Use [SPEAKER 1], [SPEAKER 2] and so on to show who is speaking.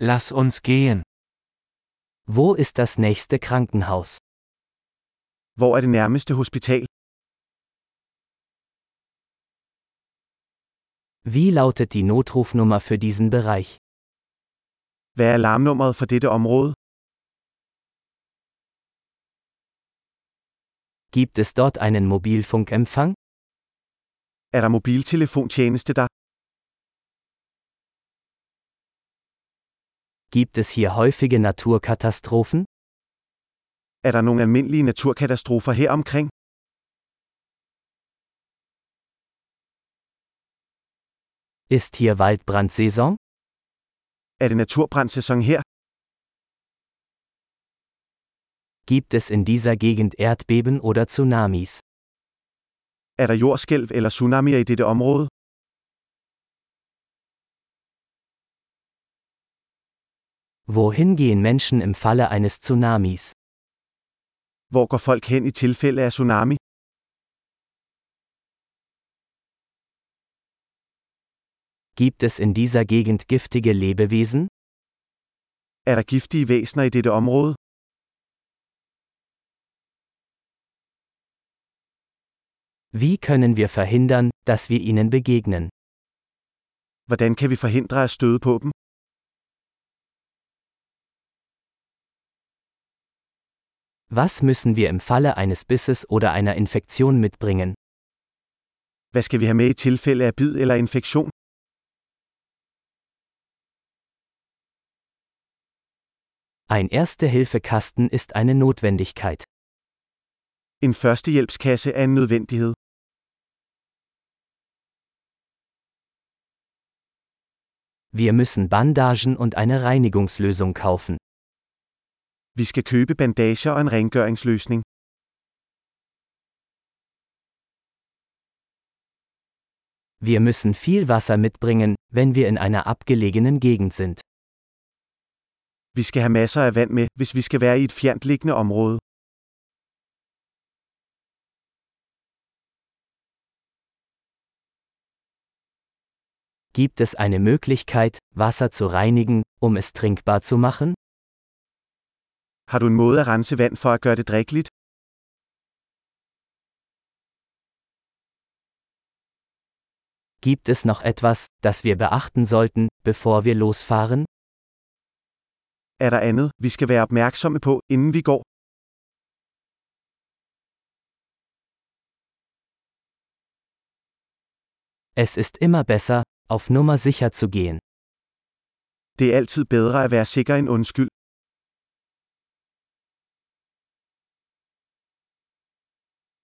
[SPEAKER 1] Lass uns gehen.
[SPEAKER 2] Wo ist das nächste Krankenhaus?
[SPEAKER 3] Hvor er det nærmeste hospital?
[SPEAKER 2] Wie lautet die Notrufnummer für diesen Bereich?
[SPEAKER 3] Hvad er alarmnummeret for dette område?
[SPEAKER 2] Gibt es dort einen Mobilfunkempfang?
[SPEAKER 3] Er der mobiltelefontjeneste der?
[SPEAKER 2] Gibt es hier häufige Naturkatastrophen?
[SPEAKER 3] Er der nogle almindelige naturkatastrofer her omkring?
[SPEAKER 2] Ist hier Waldbrandsaison?
[SPEAKER 3] Er det naturbrandssæson her?
[SPEAKER 2] Gibt es in dieser Gegend Erdbeben oder Tsunamis?
[SPEAKER 3] Er der jordskælv eller tsunamier i dette område?
[SPEAKER 2] Wohin gehen Menschen im Falle eines Tsunamis?
[SPEAKER 3] Hvor går folk hen i tilfælde af tsunami?
[SPEAKER 2] Gibt es in dieser Gegend giftige Lebewesen?
[SPEAKER 3] Er der giftige væsener i dette område?
[SPEAKER 2] Wie können wir verhindern, dass wir ihnen begegnen?
[SPEAKER 3] Hvordan kan vi forhindre at støde på dem?
[SPEAKER 2] Was müssen wir im Falle eines Bisses oder einer Infektion mitbringen?
[SPEAKER 3] Hvad skal vi have med i tilfælde af bid eller infektion?
[SPEAKER 2] Ein Erste-Hilfe-Kasten ist eine Notwendigkeit.
[SPEAKER 3] En førstehjælpskasse er en nødvendighed.
[SPEAKER 2] Wir müssen Bandagen und eine Reinigungslösung kaufen.
[SPEAKER 3] Vi skal købe bandager og en rengøringsløsning.
[SPEAKER 2] Wir müssen viel Wasser mitbringen, wenn wir in einer abgelegenen Gegend sind.
[SPEAKER 3] Vi skal have masser af vand med, hvis vi skal være i et fjerntliggende område.
[SPEAKER 2] Gibt es eine Möglichkeit, Wasser zu reinigen, um es trinkbar zu machen?
[SPEAKER 3] Har du en måde at rense vand for at gøre det drikkeligt?
[SPEAKER 2] Gibt es noch etwas, das wir beachten sollten, bevor wir losfahren?
[SPEAKER 3] Er der andet, vi skal være opmærksomme på, inden vi går?
[SPEAKER 2] Es ist immer besser, auf Nummer sicher zu gehen.
[SPEAKER 3] Det er altid bedre at være sikker end undskyld.